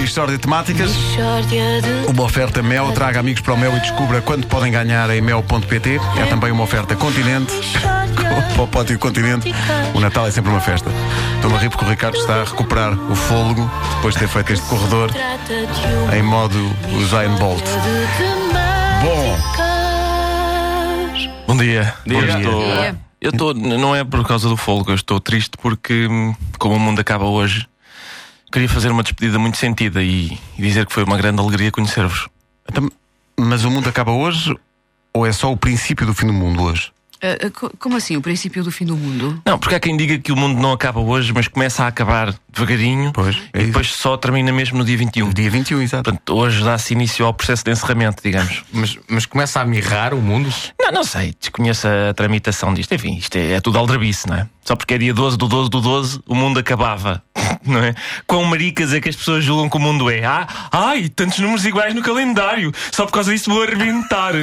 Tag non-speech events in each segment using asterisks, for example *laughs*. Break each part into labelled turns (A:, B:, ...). A: Mixórdia de Temáticas. Uma oferta Mel. Traga amigos para o Mel e descubra quanto podem ganhar em mel.pt. É também uma oferta Continente. para o Pótio Continente. O Natal é sempre uma festa. Estou-me a rir porque o Ricardo está a recuperar o fôlego depois de ter feito este corredor em modo Usain Bolt. Bom.
B: Bom dia.
C: Bom dia.
B: Eu estou-
D: dia.
B: Eu estou, não é por causa do fogo, eu estou triste porque, hum, como o mundo acaba hoje, queria fazer uma despedida muito sentida e, e dizer que foi uma grande alegria conhecer-vos.
A: Então, Mas o mundo acaba hoje ou é só o princípio do fim do mundo hoje?
D: Ah, ah, co- como assim? O princípio do fim do mundo?
B: Não, porque há quem diga que o mundo não acaba hoje, mas começa a acabar devagarinho
A: Pois, é
B: e depois só termina mesmo no dia 21.
A: Dia 21, exato.
B: Portanto, hoje dá-se início ao processo de encerramento, digamos.
C: *laughs* Mas, mas começa a mirrar o mundo?
B: Não, não sei, desconheço a tramitação disto. Enfim, isto é, é tudo aldrabice, não é? Só porque é dia 12 do 12 do 12, o mundo acabava, *laughs* não é? Quão maricas é que as pessoas julgam que o mundo é? Ah, ai, tantos números iguais no calendário, só por causa disso vou arrebentar.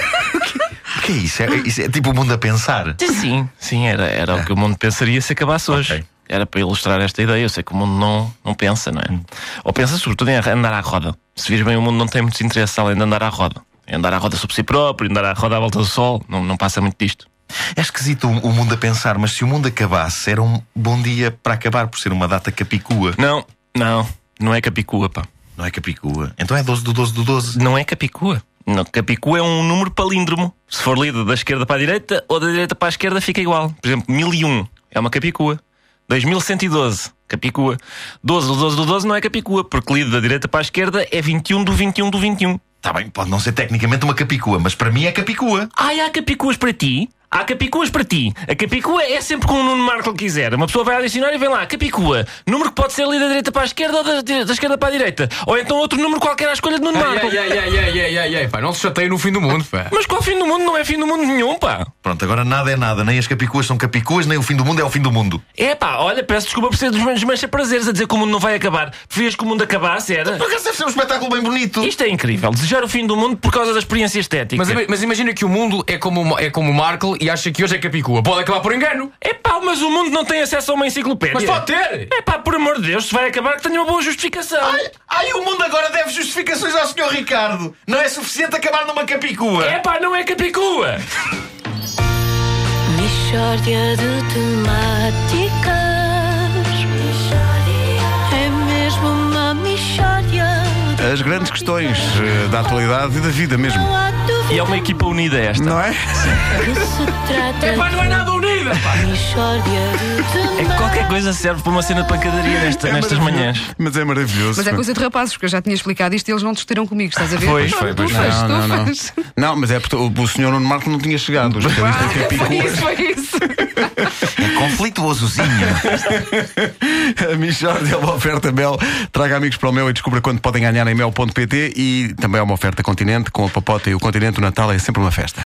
E: O que é isso? É, isso é tipo o mundo a pensar.
B: Sim, sim, era, era o que o mundo pensaria se acabasse hoje.
E: Ok.
B: Era para ilustrar esta ideia. Eu sei que o mundo não, não pensa, não é? Ou pensa sobretudo em andar à roda. Se vires bem, o mundo não tem muitos interesses além de andar à roda. É Andar à roda sobre si próprio, andar à roda à volta do sol, não, não passa muito disto.
E: É esquisito o, o mundo a pensar, mas se o mundo acabasse, era um bom dia para acabar, por ser uma data capicua.
B: Não, não, não é Capicua, pá.
E: Não é capicua. Então é 12 do 12 do 12.
B: Não é Capicua. Não, Capicua é um número palíndromo. Se for lido da esquerda para a direita ou da direita para a esquerda, fica igual. Por exemplo, 1001 é uma Capicua. 2112, Capicua. 12 do 12 do 12 não é Capicua, porque lido da direita para a esquerda é 21 do 21 do 21.
E: Está Tá bem, pode não ser tecnicamente uma capicua, mas para mim é capicua.
B: Ai, há Capicuas para ti? Há Capicuas para ti. A Capicua é sempre como o Nuno Marco quiser. Uma pessoa vai ao dicionário e vem lá, Capicua. Número que pode ser lido da direita para a esquerda ou da, da esquerda para a direita. Ou então outro número qualquer à escolha de Nuno Marco.
C: Ai, ai, ai, ai, ai, ai, ai, ai, pá, não se chateiem no fim do mundo, pá.
B: Mas qual fim do mundo não é fim do mundo nenhum, pá?
E: Pronto, agora nada é nada. Nem as capicuas são capicuas, nem o fim do mundo é o fim do mundo.
B: É pá, olha, peço desculpa por ser dos meus desmancha prazeres a dizer que o mundo não vai acabar. Preferias que o mundo acabasse, era?
E: Por acaso deve ser um espetáculo bem bonito.
B: Isto é incrível, desejar o fim do mundo por causa da experiência estética.
C: Mas, ima- mas imagina que o mundo é como, o Ma- é como o Markle e acha que hoje é Capicua. Pode acabar por engano.
B: É pá, mas o mundo não tem acesso a uma enciclopédia.
C: Mas pode ter!
B: É pá, por amor de Deus, se vai acabar que tenha uma boa justificação.
E: Ai, o mundo agora deve justificações ao Sr. Ricardo. Não é suficiente acabar numa capicua.
B: É pá, não é capicua!
F: Mixórdia de temáticas. É mesmo uma mixórdia.
A: As grandes questões eh, da atualidade e da vida mesmo.
F: Não há
B: E é
F: dúvida
B: uma equipa unida esta.
A: Não é?
F: que se trata
B: É pá,
F: de
B: não é nada unida! pá.
F: uma mixórdia de
B: É que
F: temáticas.
B: qualquer coisa serve para uma cena de pancadaria nesta-
A: É
B: nestas
A: maravilhoso.
B: manhãs.
A: Mas é maravilhoso.
D: Mas é coisa de rapazes, porque eu já tinha explicado isto e eles não discutiram comigo, estás a ver?
B: Pois,
D: Não,
B: foi, pois
D: tu
A: não,
D: faz, tu
A: não, não.
D: faz.
A: Não, mas é porque o, o senhor Nuno Marco não tinha chegado. O jornalista
D: Foi
A: capicua.
D: isso, foi isso.
E: É Conflituosozinho.
A: A Michórdia é uma oferta Mel. Traga amigos para o Mel e descubra quanto podem ganhar em mel.pt e também é uma oferta Continente. Com a Papota e o Continente, o Natal é sempre uma festa.